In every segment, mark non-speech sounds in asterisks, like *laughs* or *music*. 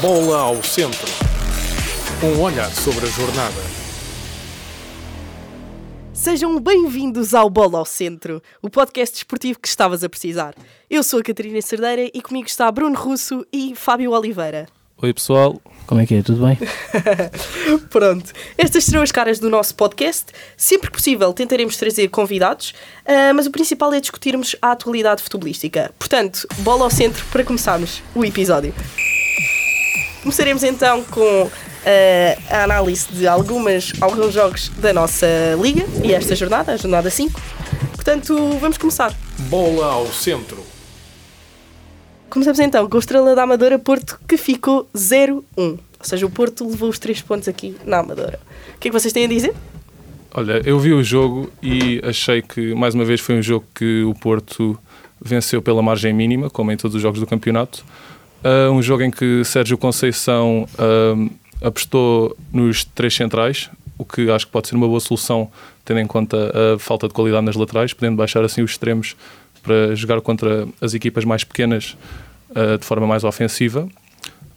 Bola ao centro. Um olhar sobre a jornada. Sejam bem-vindos ao Bola ao Centro, o podcast desportivo que estavas a precisar. Eu sou a Catarina Cerdeira e comigo está Bruno Russo e Fábio Oliveira. Oi pessoal, como é que é? Tudo bem? Pronto, estas serão as caras do nosso podcast. Sempre que possível tentaremos trazer convidados, ah, mas o principal é discutirmos a atualidade futebolística. Portanto, bola ao centro para começarmos o episódio. Começaremos então com eh, a análise de algumas, alguns jogos da nossa liga e esta jornada, a jornada 5. Portanto, vamos começar. Bola ao centro. Começamos então com o Estrela da Amadora Porto, que ficou 0-1. Ou seja, o Porto levou os 3 pontos aqui na Amadora. O que é que vocês têm a dizer? Olha, eu vi o jogo e achei que mais uma vez foi um jogo que o Porto venceu pela margem mínima, como em todos os jogos do campeonato. Ah, um jogo em que Sérgio Conceição ah, apostou nos três centrais, o que acho que pode ser uma boa solução, tendo em conta a falta de qualidade nas laterais, podendo baixar assim os extremos para jogar contra as equipas mais pequenas ah, de forma mais ofensiva.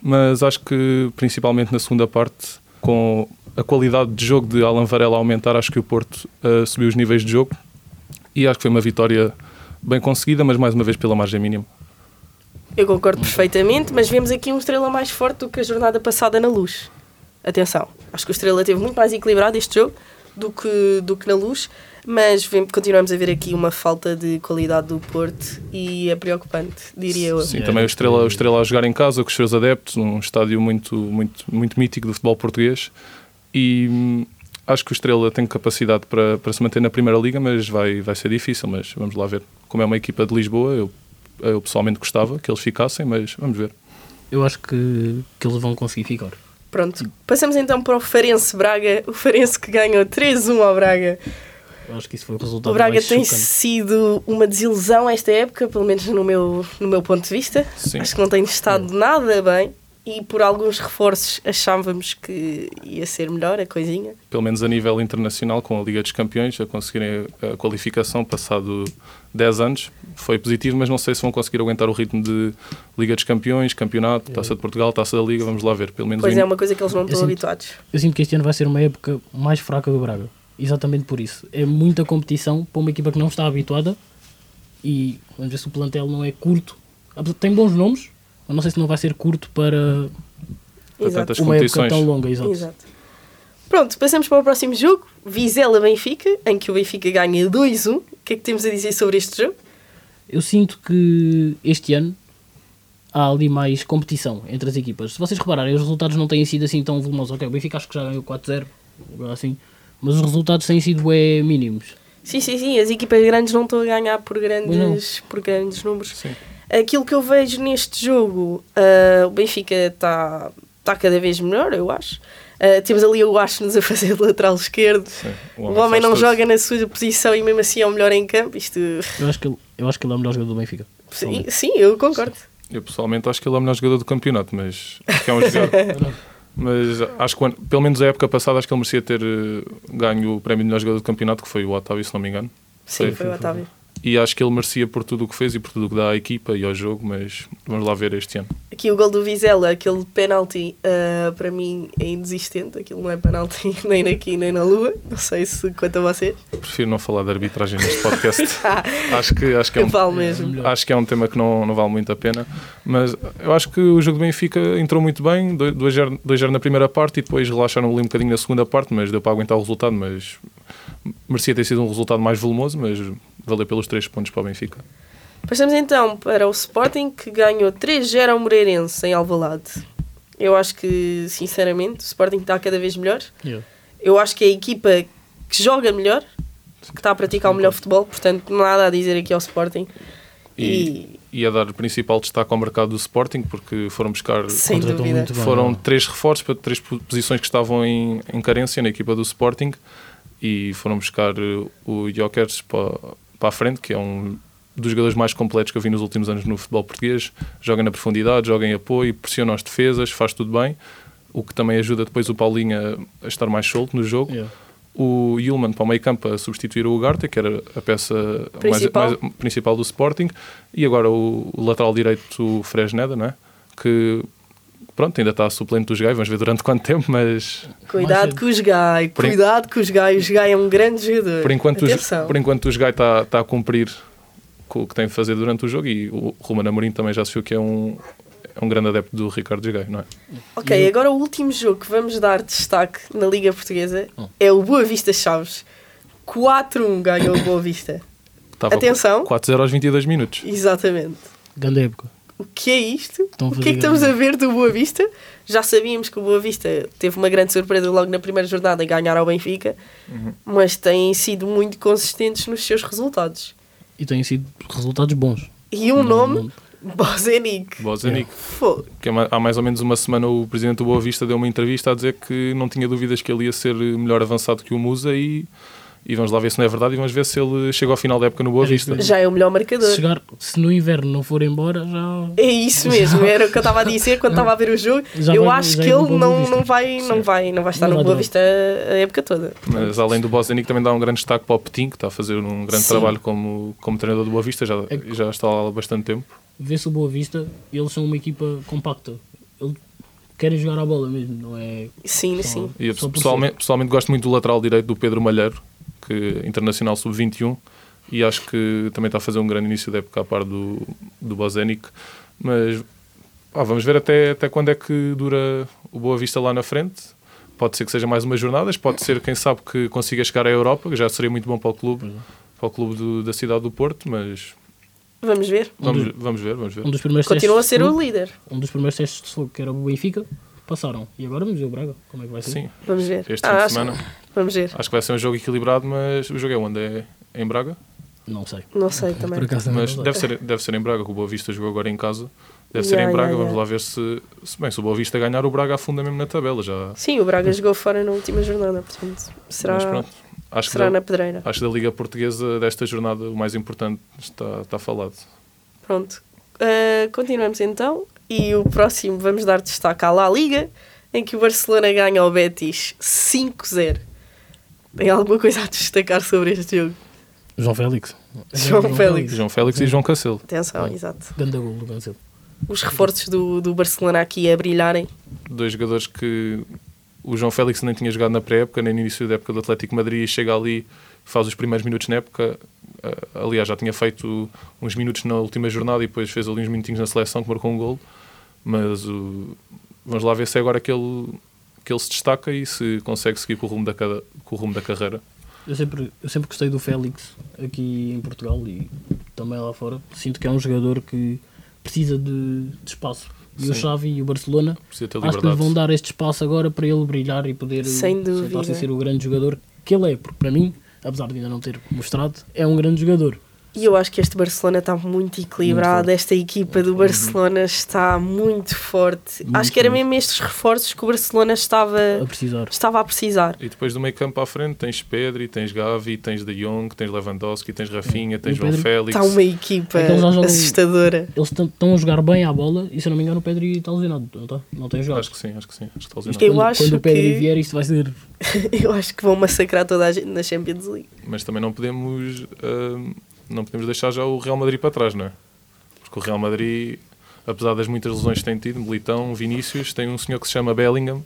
mas acho que principalmente na segunda parte, com a qualidade de jogo de Alan Varela a aumentar, acho que o Porto eh, subiu os níveis de jogo e acho que foi uma vitória bem conseguida, mas mais uma vez pela margem mínima. Eu concordo perfeitamente, mas vemos aqui um Estrela mais forte do que a jornada passada na Luz. Atenção, acho que o Estrela teve muito mais equilibrado este jogo do que, do que na Luz, mas vem- continuamos a ver aqui uma falta de qualidade do Porto e é preocupante, diria eu. Sim, também o Estrela, o Estrela a jogar em casa com os seus adeptos, um estádio muito, muito, muito mítico do futebol português. E hum, acho que o Estrela tem capacidade para, para se manter na Primeira Liga, mas vai, vai ser difícil. Mas vamos lá ver. Como é uma equipa de Lisboa, eu, eu pessoalmente gostava que eles ficassem, mas vamos ver. Eu acho que, que eles vão conseguir ficar. Pronto, passamos então para o Farense Braga, o Farense que ganhou 3-1 ao Braga. Eu acho que isso foi o resultado O Braga mais tem chocante. sido uma desilusão esta época, pelo menos no meu, no meu ponto de vista. Sim. Hum. Acho que não tem estado nada bem e por alguns reforços achávamos que ia ser melhor a coisinha. pelo menos a nível internacional, com a Liga dos Campeões, a conseguirem a qualificação passado 10 anos. Foi positivo, mas não sei se vão conseguir aguentar o ritmo de Liga dos Campeões, Campeonato, Taça de Portugal, Taça da Liga. Vamos lá ver. Pelo menos um Pois o é, in- uma coisa que eles não estão sinto- habituados. Eu sinto que este ano vai ser uma época mais fraca do Braga. Exatamente por isso. É muita competição para uma equipa que não está habituada e vamos ver se o plantel não é curto. Apesar- Tem bons nomes, mas não sei se não vai ser curto para para Exato. tantas uma época competições. tão longa. Exato. Exato. Pronto, passamos para o próximo jogo, Vizela-Benfica, em que o Benfica ganha 2-1. O que é que temos a dizer sobre este jogo? Eu sinto que este ano há ali mais competição entre as equipas. Se vocês repararem, os resultados não têm sido assim tão volumosos. Ok, o Benfica acho que já ganhou 4-0, ou assim, mas os resultados têm sido é, mínimos. Sim, sim, sim, as equipas grandes não estão a ganhar por grandes, por grandes números. Sim. Aquilo que eu vejo neste jogo, ah, o Benfica está tá cada vez melhor, eu acho. Ah, temos ali o Ashnes a fazer de lateral esquerdo. Sim, O um homem, não faz tudo. joga na sua posição e mesmo assim é o melhor em campo. Isto. Eu acho que ele, eu acho que ele é o melhor jogador do Benfica. Sim, sim, eu concordo. Eu pessoalmente acho que ele é o melhor jogador do campeonato, mas acho *laughs* que é um jogador. mas acho que o ano- pelo menos a época passada acho que ele merecia ter eh, ganho o prémio de melhor jogador do campeonato, que foi o Otávio, se não me engano. Sim, Sim, foi o Otávio. E acho que ele merecia por tudo o que fez e por tudo o que dá à equipa e ao jogo, mas vamos lá ver este ano. Aqui o gol do Vizela, aquele penalti, ah, para mim é inexistente. Aquilo não é penalti *laughs* nem aqui nem na Lua. Não sei se quanto a vocês. Prefiro não falar de arbitragem neste *laughs* podcast. acho que, acho que é Ah. Eu um falo mesmo. Acho que é um tema que não, não vale muito a pena, mas eu acho que o jogo do Benfica entrou muito bem, 2-0 na primeira parte e depois relaxaram ali um bocadinho na segunda parte, mas deu para aguentar o resultado, mas merecia ter sido um resultado mais volumoso, mas valeu pelos 3 pontos para o Benfica. Passamos então para o Sporting que ganhou 3-0 ao Moreirense em Alvalade. Eu acho que, sinceramente, o Sporting está cada vez melhor. Yeah. Eu acho que é a equipa que joga melhor, que está a praticar o melhor futebol, portanto, nada a dizer aqui ao Sporting. E, E, e a dar principal destaque ao mercado do Sporting, porque foram buscar sem Contratou dúvida. muito bem. Foram três reforços para três po- posições que estavam em, em carência na equipa do Sporting e foram buscar eh, o Jokers para, para a frente, que é um dos jogadores mais completos que eu vi nos últimos anos no futebol português. Joga na profundidade, joga em apoio, pressiona as defesas, faz tudo bem, o que também ajuda depois o Paulinho a, a estar mais solto no jogo. Yeah. O Yulman para o meio campo a substituir o Ugarte, que era a peça mais- Principal. mais, principal do Sporting, e agora o, o lateral direito, o Fresneda, não é? que Pronto, ainda está suplente do Jogai, vamos ver durante quanto tempo, mas Cuidado cedo. com o Jogai, Por en- cuidado com o Jogai. O Jogai é um grande jogador. por enquanto, Atenção. o, por enquanto o Jogai está, está a cumprir com o que tem de fazer durante o jogo e o Ruben Amorim também já se viu que é um, é um grande adepto do Ricardo Jogai, não é? Ok, agora o último jogo que vamos dar destaque na Liga Portuguesa Hum. é o Boa Vista Chaves. 4-1 ganhou o Boa Vista. Estava Atenção. 4 aos 22 minutos. Exatamente. Grande época. O que é isto? Estão a o que é que fazer estamos a Então ver grande. do Boa Vista? Já sabíamos que o Boa Vista teve uma grande surpresa logo na primeira jornada em ganhar ao Benfica, Uhum. mas têm sido muito consistentes nos seus resultados. E têm sido resultados bons. E um Não, nome, Bozenic. Bozenic, Fogo. que há é ma- há mais ou menos uma semana o presidente do Boa Vista deu uma entrevista a dizer que não tinha dúvidas que ele ia ser eh, melhor avançado que o Musa e, e vamos lá ver se não é verdade e vamos ver se ele chega ao final da época no Boa Era Vista. isso mesmo. Já é o melhor Se, marcador. chegar, se no inverno não for embora, já. É isso mesmo, era o que eu estava a dizer quando estava a ver o jogo. Já eu vai- acho já que é no ele Boa não, Vista. não, vai, não, Sim. vai, não vai estar Não no vai Boa durar. Vista a a época toda. Mas além do Bozenic também dá um grande destaque para o Petin, que está a fazer um grande Sim. trabalho como, como treinador do Boa Vista, já, É que- já está lá há bastante tempo. Vê-se o Boa Vista, eles são uma equipa compacta. Eles querem jogar à bola mesmo, não é? Sim, sim. E eu Só por pessoalmente, pessoalmente gosto muito do lateral direito do Pedro Malheiro, que é internacional sub-21, e acho que também está a fazer um grande início da época a par do, do Bozenic. Mas pá, vamos ver até, até quando é que dura o Boa Vista lá na frente. Pode ser que seja mais umas jornadas, pode ser, quem sabe, que consiga chegar à Europa, que já seria muito bom para o clube, é. para o clube do- da cidade do Porto, mas Vamos ver. vamos, vamos ver, vamos ver. Um dos primeiros Continua a testes de ser o fogo- líder. Um dos primeiros testes de fogo, que era o Benfica, passaram. E agora vamos ver o Braga, como é que vai ser. Sim, Vamos ver. este Ah, fim de acho- semana. Vamos ver. Acho que vai ser um jogo equilibrado, mas o jogo é onde? É em Braga? Não sei. Não sei também. Por acaso Mas não sei. deve ser, deve ser em Braga, que o Boa Vista jogou agora em casa. Deve ser Yeah, em Braga, yeah, vamos lá ver se, se bem, se o Boa Vista ganhar, o Braga afunda mesmo na tabela já. Sim, o Braga jogou fora na última jornada, portanto, será, Mas pronto, acho que, será da, na pedreira. acho que da Liga Portuguesa desta jornada o mais importante está, está falado. Pronto. Uh, continuamos então. E o próximo vamos dar destaque à La Liga, em que o Barcelona ganha ao Betis 5-0. Tem alguma coisa a destacar sobre este jogo? João Félix. João Félix. João Félix e João Cancelo. Atenção, Sim. exato. Ganda gol do Cancelo. Os reforços do, do Barcelona aqui a brilharem. Dois jogadores que o João Félix nem tinha jogado na pré-época, nem no início da época do Atlético de Madrid, e chega ali, faz os primeiros minutos na época. Ah, Aliás, já tinha feito uns minutos na última jornada e depois fez ali uns minutinhos na seleção que marcou um gol. Mas o- vamos lá ver se é agora que ele, que ele se destaca e se consegue seguir com o rumo da, cada- com o rumo da carreira. Eu sempre, eu sempre gostei do Félix aqui em Portugal e também lá fora. Sinto que é um jogador que precisa de, de espaço. E o Sim. Xavi e o Barcelona Precisa ter acho que lhe liberdade. vão dar este espaço agora para ele brilhar e poder Sem soltar-se dúvida. e ser o grande jogador que ele é. Porque para mim, apesar de ainda não ter mostrado, é um grande jogador. E eu acho que este Barcelona está muito equilibrado. Esta equipa do Barcelona está muito forte. Muito Ah. acho que era mesmo. mesmo estes reforços que o Barcelona estava, A precisar. estava a precisar. E depois do meio campo à frente tens Pedri, tens Gavi, tens De Jong, tens Lewandowski, tens Rafinha, É. E tens o João Pedri- Félix. Está Tá uma equipa Então já jogam- assustadora. *laughs* Eles estão- estão a jogar bem à bola e se eu não me engano o Pedri está lesionado. Não, está? não tem jogado. Acho que sim, acho que sim. Acho que está Mas lesionado. Eu quando, acho quando o Pedri que- vier isto vai ser Eu acho que vão massacrar toda a gente na Champions League. mas também não podemos hum, não podemos deixar já o Real Madrid para trás, não é? Porque o Real Madrid, apesar das muitas lesões que tem tido, Militão, Vinícius, tem um senhor que se chama Bellingham,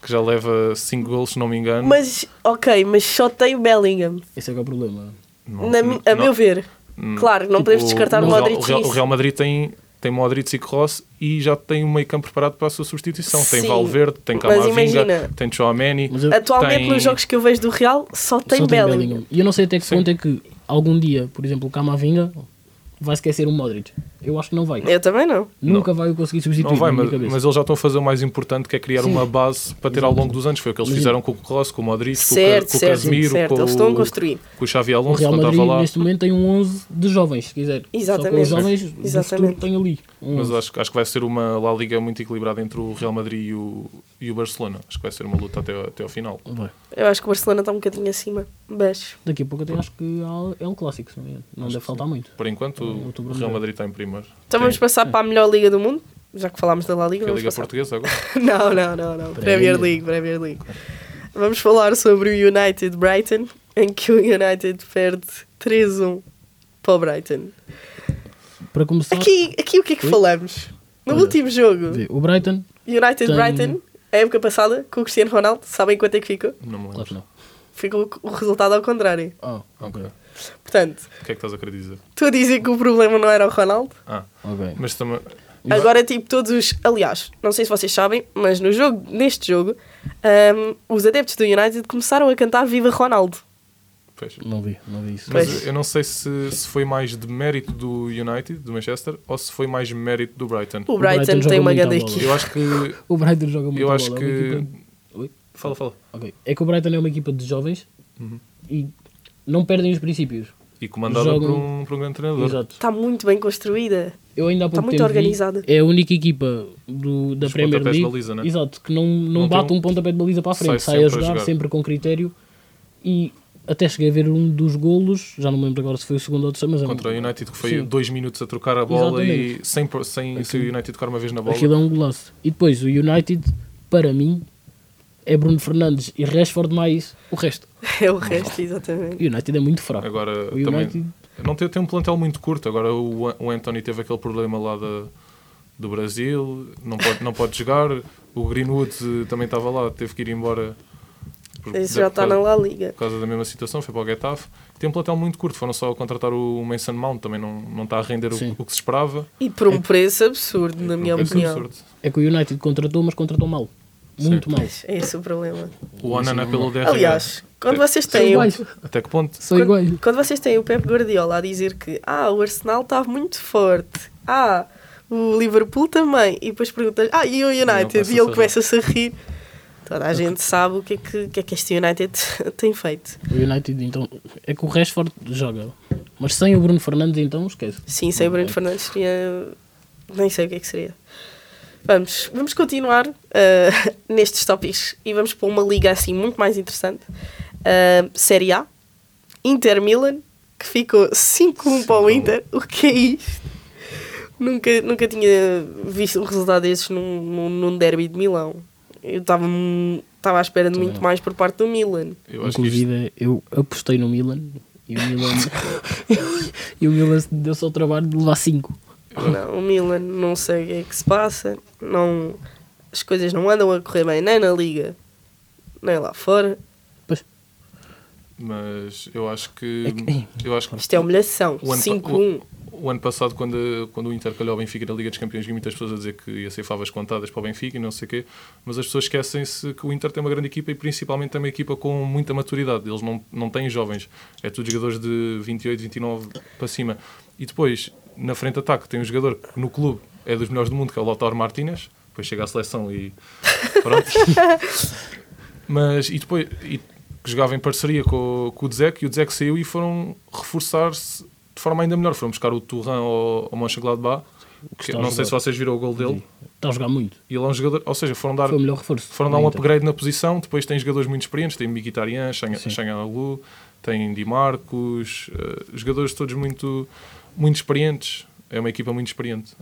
que já leva 5 golos, se não me engano. Mas, ok, mas só tem o Bellingham. Esse é que é o problema. Não- na, não- a meu ver. não- Claro, não tipo, podemos descartar o Real- Modric. O Real, e o isso. Real Madrid tem, tem Modric e Kroos e já tem um meio campo preparado para a sua substituição. Sim, Tem Valverde, tem mas Camavinga, imagina. tem Chouameni. Mas eu- Atualmente, tem- nos jogos que eu vejo do Real, só tem Só tem Bellingham. Bellingham. E eu não sei até que Sim. ponto é que algum dia, por exemplo, o Camavinga vai esquecer o Modric. Eu acho que não vai. Eu também não. Nunca vai o conseguir substituir. Não vai, na minha mas, cabeça. mas eles já estão a fazer o mais importante, que é criar Sim. uma base para ter ao longo dos anos. Foi o que eles Mas- fizeram com o Kroos, com o Modric, com o Ca- certo, com o certo, Casemiro, certo. com, Eles estão a o- construir. com o Xavi o Alonso, Real quando Madrid estava lá. neste momento tem um 11 de jovens, se quiser. Só que Exatamente. os jovens do Exatamente. futuro têm ali. Um Mas 11. acho, acho que vai ser uma La Liga muito equilibrada entre o Real Madrid e o, e o Barcelona. Acho que vai ser uma luta até, ao- até ao final. Vai. Eu acho que o Barcelona está um bocadinho acima. Mas Daqui a pouco até acho que há- é o clássico, se não, me engano. não deve faltar muito. Por enquanto, o Outubro, Real novembro. Madrid está em primeiro. então vamos Sim. passar para a melhor liga do mundo. Já que falámos da La Liga, Que é a vamos Liga passar. Portuguesa agora. *laughs* Não, não, não, não. Premier Premier League, Premier League. Vamos falar sobre o United Brighton, em que o United perde 3-1 para o Brighton. Para começar, Aqui, aqui o que é que falamos? No Olha, último jogo, o Brighton United Tenho- Brighton, a época passada, com o Cristiano Ronaldo, sabem quanto é que ficou? Não me Claro que lembro. não. Ficou o resultado ao contrário. Oh, ok. Portanto, O que é que estás a querer dizer? estou a dizer que o problema não era o Ronaldo. Ah, Ok. mas também. Agora, tipo, todos os. Aliás, não sei se vocês sabem, mas no jogo, neste jogo, ahm, os adeptos do United começaram a cantar Viva Ronaldo. Pois. Não vi, não vi isso. Pois. Mas eu não sei se, se foi mais de mérito do United, do Manchester, ou se foi mais mérito do Brighton. O O Brighton Brighton tem joga uma muito grande à bola. equipe. Eu acho que. O Brighton joga muito Eu a acho bola, é uma que. equipa- Oi? Fala, fala. Ok. É que o Brighton é uma equipa de jovens Uhum. e não perdem os princípios. E comandada Jogam- por um, por um grande treinador. Exato. Está Tá muito bem construída. *laughs* Eu ainda há Está pouco Tá muito tempo vi, organizada. é a única equipa do, da Dos Premier pontapés League de baliza, né? exato, que não, não, Não bate tem um- um pontapé de baliza para a frente, sai, a Sai sempre a jogar, jogar. sempre com critério. E até cheguei a ver um dos golos, já não me lembro agora se foi o segundo ou o terceiro, mas é um- Contra o United, que foi Sim. dois minutos a trocar a bola e sem, por- sem se Aquilo- o United tocar uma vez na bola. aquilo é um golaço. E depois o United, para mim, é Bruno Fernandes e Rashford mais o resto. É o resto, exatamente. O United é muito fraco. Agora o United também. Não tem, tem um plantel muito curto. Agora o, An- o Anthony teve aquele problema lá da, do Brasil, não pode, não pode jogar. O Greenwood eh, também estava lá, teve que ir embora. por- Isso da- já está por na causa- La Liga. Por causa da mesma situação, foi para o Getafe. Tem um plantel muito curto, foram só contratar o Mason Mount, também não, não está a render Sim. o, o que se esperava. E por um preço absurdo, na minha É opinião. absurdo. é que o United contratou, mas contratou mal. Muito mal. Mas É esse o problema. é O Onana pelo DRH. Aliás, quando vocês São têm. o- iguais. Até que ponto? São iguais. Quando, quando vocês têm o Pep Guardiola a dizer que ah, o Arsenal está muito forte, ah, o Liverpool também, e depois perguntas, ah, e o United? começa E a ele rir. começa-se a rir. Toda a gente sabe o que é que, o que, é que este United *laughs* tem feito. O United, então, é que o Rashford joga. Mas sem o Bruno Fernandes, então, esquece. Sim, sem o Bruno Fernandes seria. Nem sei o que é que seria. Vamos, vamos continuar eh, *laughs* nestes tópicos e vamos para uma liga assim muito mais interessante. Eh, Série A, Inter Milan, que ficou 5-1 para o Inter. O que é isto? Nunca, nunca tinha visto um resultado desses num, num, num derby de Milão. Eu estava hum, estava à espera de muito mais por parte do Milan. Eu acho que isto Inclusive, eu apostei no Milan e o Milan, *laughs* e o Milan deu só o trabalho de levar 5. Não, o Milan não sei o que é que se passa, não, as coisas não andam a correr bem nem na liga, nem lá fora. mas eu acho que É que- eu acho que Isto é humilhação. O ano- 5-1. o ano passado quando quando o Inter calhou o Benfica na Liga dos Campeões vi muitas pessoas a dizer que ia ser favas contadas para o Benfica e não sei o quê mas as pessoas esquecem-se que o Inter tem uma grande equipa e principalmente tem uma equipa com muita maturidade eles não, não têm jovens é tudo jogadores de 28, 29 para cima e depois na frente de ataque tem um jogador que no clube é dos melhores do mundo que é o Lautaro Martínez depois chega à seleção e *laughs* pronto Mas e depois e, que jogava em parceria com, o- com o Dzek e o Dzek saiu e foram reforçar-se de forma ainda melhor. Foram buscar o Turran ao, ao Mönchengladbach. Que está a não sei se jogar. vocês viram o gol dele. Está a jogar muito. E ele é um jogador, ou seja, foram dar, Foi o melhor reforço. foram dar um do Inter. upgrade na posição. Depois tem jogadores muito experientes: tem Mkhitaryan, Shang- Shanghalu, tem Di Marcos, eh, jogadores todos muito, muito experientes. É uma equipa muito experiente.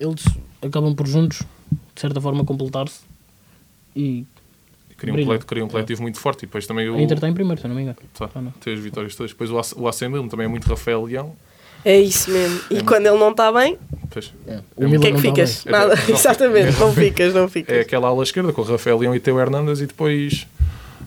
Eles acabam por juntos, de certa forma, completar-se. E Cria um, Brilha. coletivo, cria um coletivo muito forte. E depois também o. a Inter está em primeiro, se eu não me engano. Tá, Ah, não. tem as vitórias todas. Depois o AC, o AC Milan também é muito Rafael Leão. É isso mesmo. E quando ele não está bem, Pois, O o que é Milan que não está ficas? bem. bem. Nada, É, não. exatamente. Não ficas, não ficas. é aquela ala esquerda com o Rafael Leão e Teo Hernandes e depois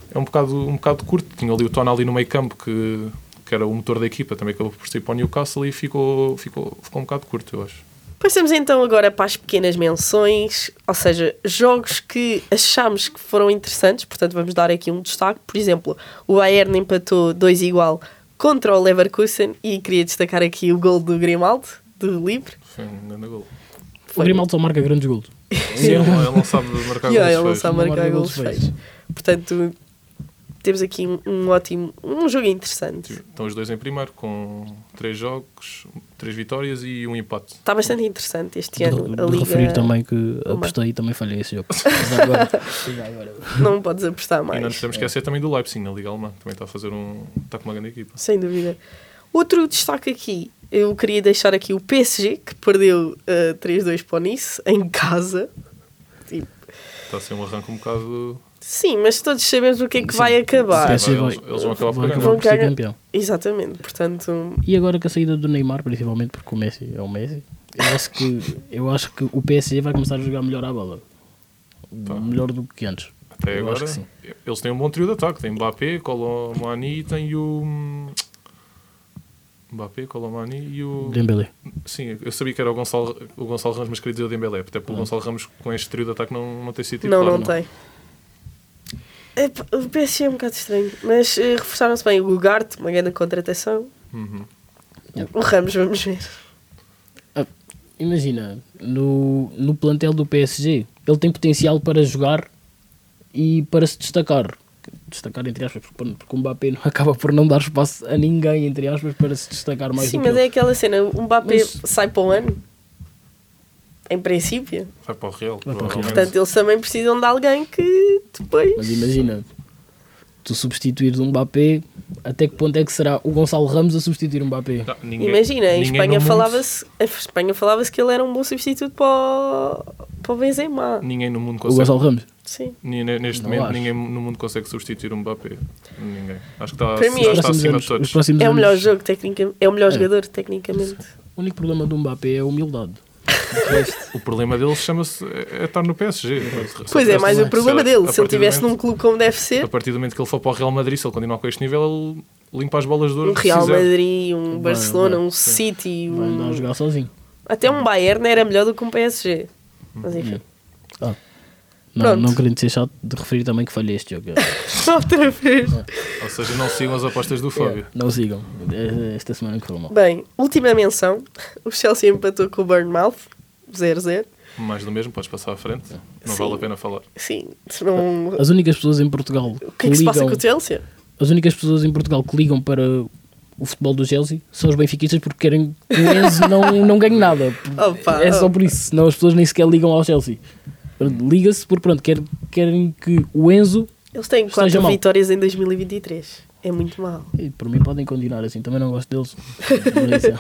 é um bocado, um bocado curto. Tinha ali o Tona ali no meio campo que, que era o motor da equipa, também acabou por sair para o Newcastle e ficou, ficou, ficou um bocado curto, eu acho. Passamos então agora para as pequenas menções, ou seja, jogos que achamos que foram interessantes, portanto vamos dar aqui um destaque. Por exemplo, o Bayern empatou 2 igual contra o Leverkusen e queria destacar aqui o gol do Grimaldo, do livre. Foi um grande gol. O Grimaldo só marca grandes gols. Sim, ele, não- ele não sabe marcar E aí ele golos não sabe feios. Não marcar marca golos golos feios. feios. Portanto, temos aqui um, um ótimo, um jogo interessante. Tipo, Estão os dois em primeiro com três jogos, três vitórias e um empate. Está Tá bastante interessante este De, ano. é A de referir Liga também que apostei e também falhei esse jogo. *laughs* Mas *laughs* agora- não podes apostar E não mais. nos podemos esquecer também do Leipzig na Liga Alemã, também está a fazer um. está com uma grande equipa. Sem dúvida. Outro destaque aqui, eu queria deixar aqui o PSG, que perdeu eh, 3-2 para o Nice, em casa. Tipo, Está a ser um arranque um bocado. sim, mas todos sabemos o que é que vai O acabar. Sim, PSG vai, vai, eles- eles vão acabar por vai ganhar. acabar por ser Vão ganhar. campeão. Exatamente, portanto, E agora com a saída do Neymar, principalmente porque o Messi é o Messi, eu acho que, eu acho que o PSG vai começar a jogar melhor à bola. Tá. Melhor do que antes. Até Eu acho agora, que sim. eles têm um bom trio de ataque. Tem Mbappé, Colomani e tem o... hum, Mbappé, Colomani e o... Dembélé. Sim, eu sabia que era o Gonçalo, o Gonçalo Ramos, mas queria dizer o Dembélé. Até Hum. porque o Gonçalo Ramos com este trio de ataque não, Tipo, não tem sido não, titular. não, tem. Epá, o PSG é um bocado estranho, mas eh, reforçaram-se bem. O Gugart, uma grande contratação. Uhum. O Ramos, vamos ver. Imagina, no, no plantel do PSG, ele tem potencial para jogar e para se destacar. Destacar, entre aspas, porque porque o Mbappé não- *laughs* acaba por não dar espaço a ninguém, entre aspas, para se destacar mais Sim, do que mas ele. é aquela cena: o Mbappé Mas- sai para o ano, em princípio. Vai para o Real. para o Real. provavelmente. Portanto, eles também precisam de alguém que depois. Mas imagina, tu substituires um Mbappé, até que ponto é que será o Gonçalo Ramos a substituir um Mbappé? Não, ninguém- Imagina, em ninguém no Espanha mundo- falava-se em Espanha falava-se que ele era um bom substituto para o, para o Benzema. Ninguém no mundo O consegue. Gonçalo Ramos? Sim. Ni- ne- Neste Não momento, acho. ninguém no mundo consegue substituir um Mbappé. Ninguém. Acho que está, Para mim, já é- está acima anos, os de todos. próximos É o anos- melhor jogo, tecnicamente. É o melhor É. jogador, tecnicamente. O único problema do Mbappé é a humildade. O problema dele chama-se é é estar no PSG. Se- se Pois é, tivesse- um mais o se- problema dele. Se a ele partir do estivesse num momento- clube como deve A ser, partir do momento que ele for para o Real Madrid, se ele continuar com este nível, ele limpa as bolas de um ouro. que Real quiser. Madrid, um Vai, Barcelona, vai, um City, Vai andar a um... jogar sozinho. até um Bayern era melhor do que um PSG. Mas enfim. Não, Pronto. não querendo ser chato de referir também que falhei este *laughs* jogo. *laughs* Outra vez. Ou seja, não sigam as apostas *laughs* do Fábio. Não sigam. É- Esta semana que foi mal. Bem, última menção. O Chelsea empatou com o Burnmouth. 0-0. Mais do mesmo, podes passar à frente. Não Sim. vale a pena falar. Sim. se Não... As únicas pessoas em Portugal O que é que se passa ligam, com o Chelsea? as únicas pessoas em Portugal que ligam para o futebol do Chelsea são os benfiquistas porque querem que o Enzo não, não ganhe nada. Opa, é só opa. por isso, senão as pessoas nem sequer ligam ao Chelsea. Pronto, Liga-se porque pronto, quer- querem que o Enzo Eles têm Esteja quatro mal. vitórias em 2023. É muito mal. e por mim podem continuar assim, também não *laughs* gosto deles. Por isso, é-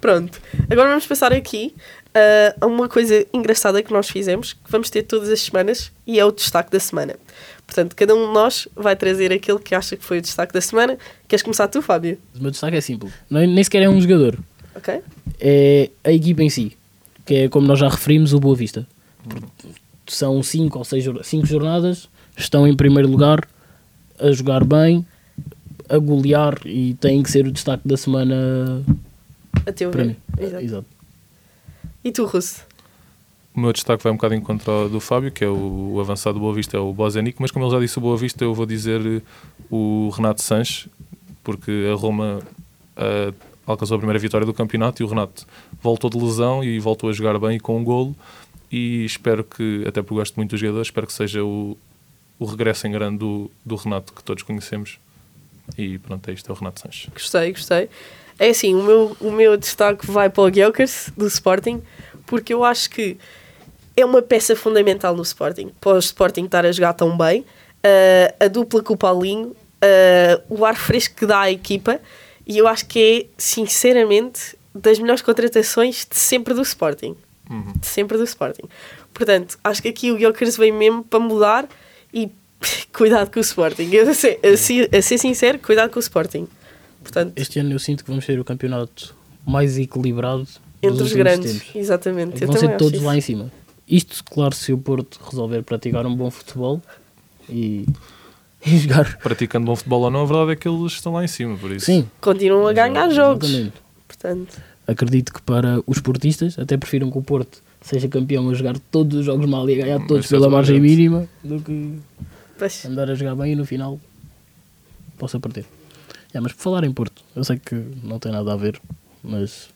Pronto. Agora vamos passar aqui ah, a uma coisa engraçada que nós fizemos, que vamos ter todas as semanas, e é o destaque da semana. Portanto, cada um de nós vai trazer aquele que acha que foi o destaque da semana. Queres começar tu, Fábio? O meu destaque é simples. Nem, nem sequer é um jogador. Ok? É a equipa em si. Que é como nós já referimos, o Boa Vista. São 5 ou 6 cinco jornadas. Estão em primeiro lugar. A jogar bem. A golear. E têm que ser o destaque da semana A teu para ver. mim. Exato. Exato. E tu, Russo? O meu destaque vai um bocado em contra ao do Fábio, que é o, o avançado do Boa Vista, é o Bozenic, mas como ele já disse o Boa Vista, eu vou dizer eh, o Renato Sanches, porque a Roma eh, alcançou a primeira vitória do campeonato e o Renato voltou de lesão e voltou a jogar bem e com um golo e espero que, até porque gosto muito do jogador, espero que seja o, o regresso em grande do, do Renato que todos conhecemos. E pronto, é isto, é o Renato Sanches. Gostei, gostei. É assim, o meu, o meu destaque vai para o Gyökeres, do Sporting, porque eu acho que é uma peça fundamental no Sporting. Para o Sporting estar a jogar tão bem, ah, a dupla com o Paulinho, ah, o ar fresco que dá à equipa, e eu acho que é, sinceramente, das melhores contratações de sempre do Sporting. De sempre do Sporting. Portanto, acho que aqui o Gyökeres veio mesmo para mudar e *laughs* cuidado com o Sporting. Eu sei, a, ser, a ser sincero, cuidado com o Sporting. Portanto, Este ano eu sinto que vamos ter o campeonato mais equilibrado entre os grandes. um Tempos. É Exatamente. eu Vão também ser acho todos isso. lá em cima. Isto, claro, se o Porto resolver praticar um bom futebol e- *laughs* e jogar Praticando bom futebol ou não, a verdade é que eles estão lá em cima, por isso. Sim. Continuam a ganhar jogos. Exatamente. Portanto, Acredito que para os portistas, até prefiram que o Porto seja campeão a jogar todos os jogos mal e a ganhar todos Mas pela certo, margem gente. mínima do que pois, andar a jogar bem e no final possa perder. É, mas por falar em Porto, eu sei que não tem nada a ver, mas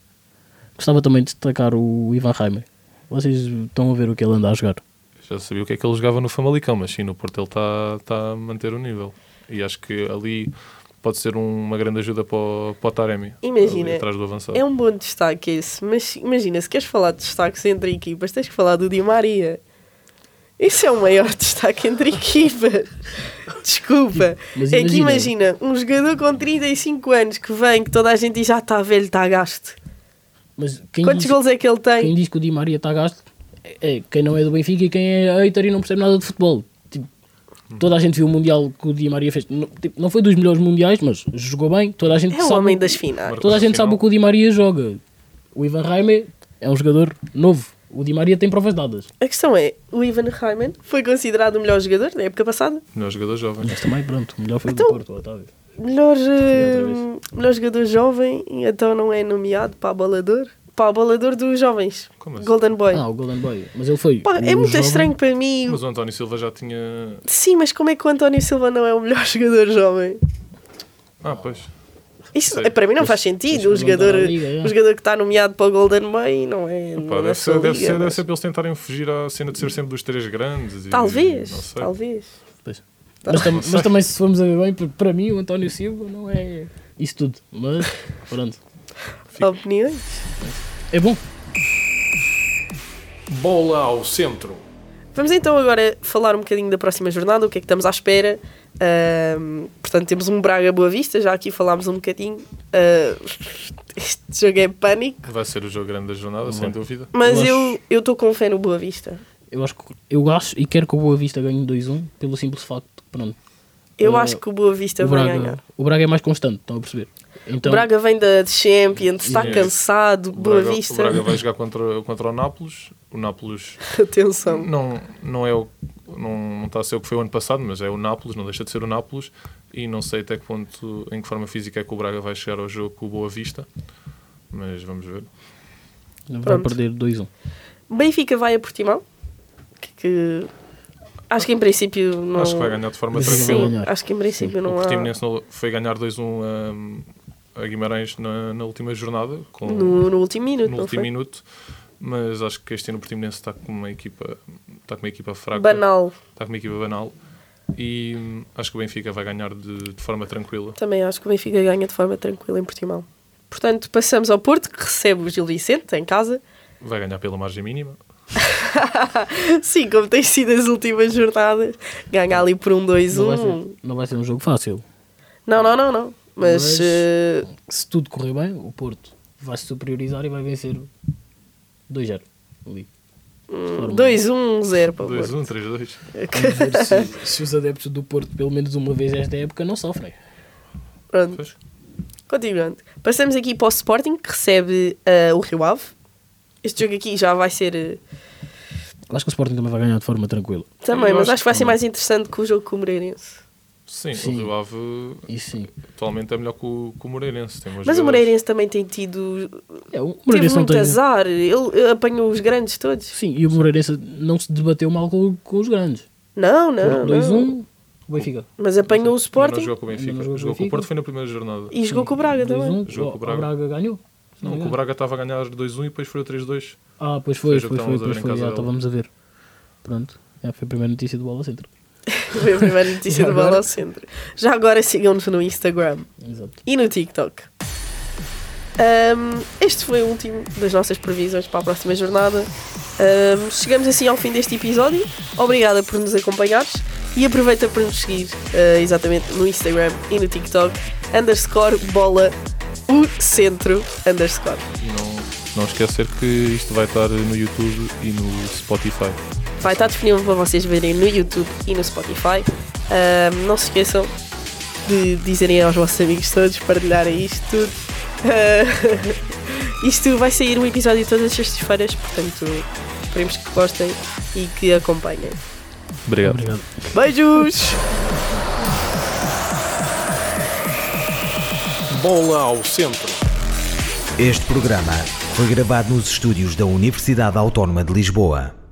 gostava também de destacar o Ivan Reimer. Vocês estão a ver o que ele anda a jogar. Já sabia o que é que ele jogava no Famalicão, mas sim, no Porto ele está tá a manter o nível. E acho que ali pode ser um- uma grande ajuda para o, para o Taremi. Imagina, ali Atrás do avançado. é um bom destaque esse. Mas imagina, se queres falar de destaques entre equipas, tens que falar do Di Maria. Isso é o maior *laughs* destaque entre equipas. Desculpa. Mas é que imagina, imagina. um jogador com 35 anos que vem, que toda a gente diz já está velho, está gasto. Mas quem Quantos diz, gols é que ele tem? quem diz que o Di Maria está gasto é é quem não é do Benfica e quem é hater e não percebe nada de futebol. Tipo, toda a gente viu o Mundial que o Di Maria fez. Não, tipo, não foi dos melhores mundiais, mas jogou bem. Toda a gente É o sabe homem das finais. Marcou Toda a gente Afinal. sabe o que o Di Maria joga. O Ivan Raime é um jogador novo. O Di Maria tem provas dadas. A questão é, o Ivan Reimann foi considerado o melhor jogador da época passada? Melhor jogador jovem. Mas também, pronto, o melhor foi Então- o do Porto, o Otávio. Melhor, eh, outra melhor jogador jovem, então não é nomeado para a bolador? Para a bolador dos jovens. Como assim? Golden Boy. Ah, o Golden Boy. Mas ele foi. Pá, é o muito Um jovem- estranho para mim. Mas o António Silva já tinha. Sim, mas como é que o António Silva não é o melhor *laughs* jogador jovem? Ah, pois. Isso Sei. para mim não faz isso sentido. O não dá jogador, na liga, é. o jogador que está nomeado para o Golden Boy não é. Pá, não é sua deve, ser, deve, liga, ser, deve mas- ser para eles tentarem fugir à cena de ser sempre dos três grandes. e- não Talvez, sei. talvez. Mas, tam- mas também, se formos a ver bem, pa- para mim o António Silva não é isso tudo. Mas, pronto. Opiniões? É bom. Bola ao centro. Vamos então agora falar um bocadinho da próxima jornada, o que é que estamos à espera. Ahm, portanto, temos um Braga Boa Vista, já aqui falámos um bocadinho. Ah, *laughs* este jogo é pânico, Vai ser o jogo grande da jornada, sem dúvida. mas Eu eu eu estou com fé no Boa Vista. Eu acho, que- eu acho e quero que o Boa Vista ganhe 2-1 pelo simples facto. Pronto. Eu Ah, acho que o Boa Vista O vai Braga, ganhar. o Braga é mais constante, estão a perceber? Então, o Braga vem da de Champions, está Yeah. cansado, O Boa Braga, o Vista. Braga vai jogar contra, contra o Nápoles. O Nápoles *laughs* Atenção. não, não é o. Não, não está a ser o que foi o ano passado, mas é o Nápoles, não deixa de ser o Nápoles. E não sei até que ponto, em que forma física é que o Braga vai chegar ao jogo com o Boa Vista. Mas vamos ver. vai Pronto. perder 2-1. Benfica vai a Portimão, que, é que acho que em princípio não. é. Acho que vai ganhar de forma Mas isso tranquila. ganhar. Acho que em princípio O não há. Portimonense não- foi ganhar 2-1 a, a Guimarães na, na última jornada, com, no, No, no último minuto, não último foi? minuto. Mas acho que este ano o Portimonense está com uma equipa, está com uma equipa fraca, Banal, está com uma equipa banal. E hum, acho que o Benfica vai ganhar de, de forma tranquila. também acho que o Benfica ganha de forma tranquila em Portimão. Portanto, passamos ao Porto, que recebe o Gil Vicente em casa. *laughs* Vai ganhar pela margem mínima. Sim, como tem sido as últimas jornadas. Ganha ali por um 2-1. Não vai, ser, não vai ser um jogo fácil. não, não, não, não. Mas, Mas- eh, Se tudo correr bem, o Porto vai se superiorizar e vai vencer 2-0. Ali. Forma. 2-1-0 para o Porto. 2-1, 3-2. *laughs* Vamos ver se, se os adeptos do Porto, pelo menos uma vez esta época, não sofrem. Pronto. Pois. Continuando. Passamos aqui para o Sporting, que recebe eh, o Rio Ave. Este jogo aqui já vai ser. eh, Acho que o Sporting também vai ganhar de forma tranquila. também, Eu mas acho acho que vai que ser não. mais interessante que o jogo com o Moreirense. Sim, Sim. o Rio Ave E sim. atualmente é melhor que o, que o Moreirense. Tem Mas bons o jogadores. Moreirense também tem tido. É, o teve Moreirense não muito tem. azar. Ele eh, apanhou os grandes todos. Sim, e o Moreirense não se debateu mal com, com os grandes. Não, não. Porto Ah, não. 2-1, o Benfica. Mas apanhou o Ainda não Sporting jogou com o Benfica. Ainda não jogou Jogou, com o Benfica. com o Porto, foi na primeira jornada. e jogou com o Braga também. 2-1, o Jogo com o Braga. um? Oh, Braga, ganhou. se não Não, me o engano. Braga estava a ganhar 2-1 e depois foi o 3-2. Ah, pois foi, Seja, pois foi, estávamos a ver pois em foi. casa Já dela. estávamos a ver. Pronto. Já foi a primeira notícia do Bola Centro. *laughs* Foi a primeira notícia E do agora? Bola ao Centro. Já agora sigam-nos no Instagram. Exato. e no TikTok. Ahm, este foi o último das nossas previsões para a próxima jornada. Ahm, chegamos assim ao fim deste episódio. Obrigada por nos acompanhares e aproveita para nos seguir ah, exatamente no Instagram e no TikTok underscore bola o centro underscore. E não, não esquecer que isto vai estar no YouTube e no Spotify. Vai estar disponível para vocês verem no YouTube e no Spotify. Ahm, não se esqueçam de dizerem aos vossos amigos todos, partilharem isto tudo. Ah, *laughs* isto vai sair um episódio todas as sextas-feiras, portanto, esperemos que gostem e que acompanhem. Obrigado. Obrigado. Beijos! Bola ao centro. Este programa foi gravado nos estúdios da Universidade Autónoma de Lisboa.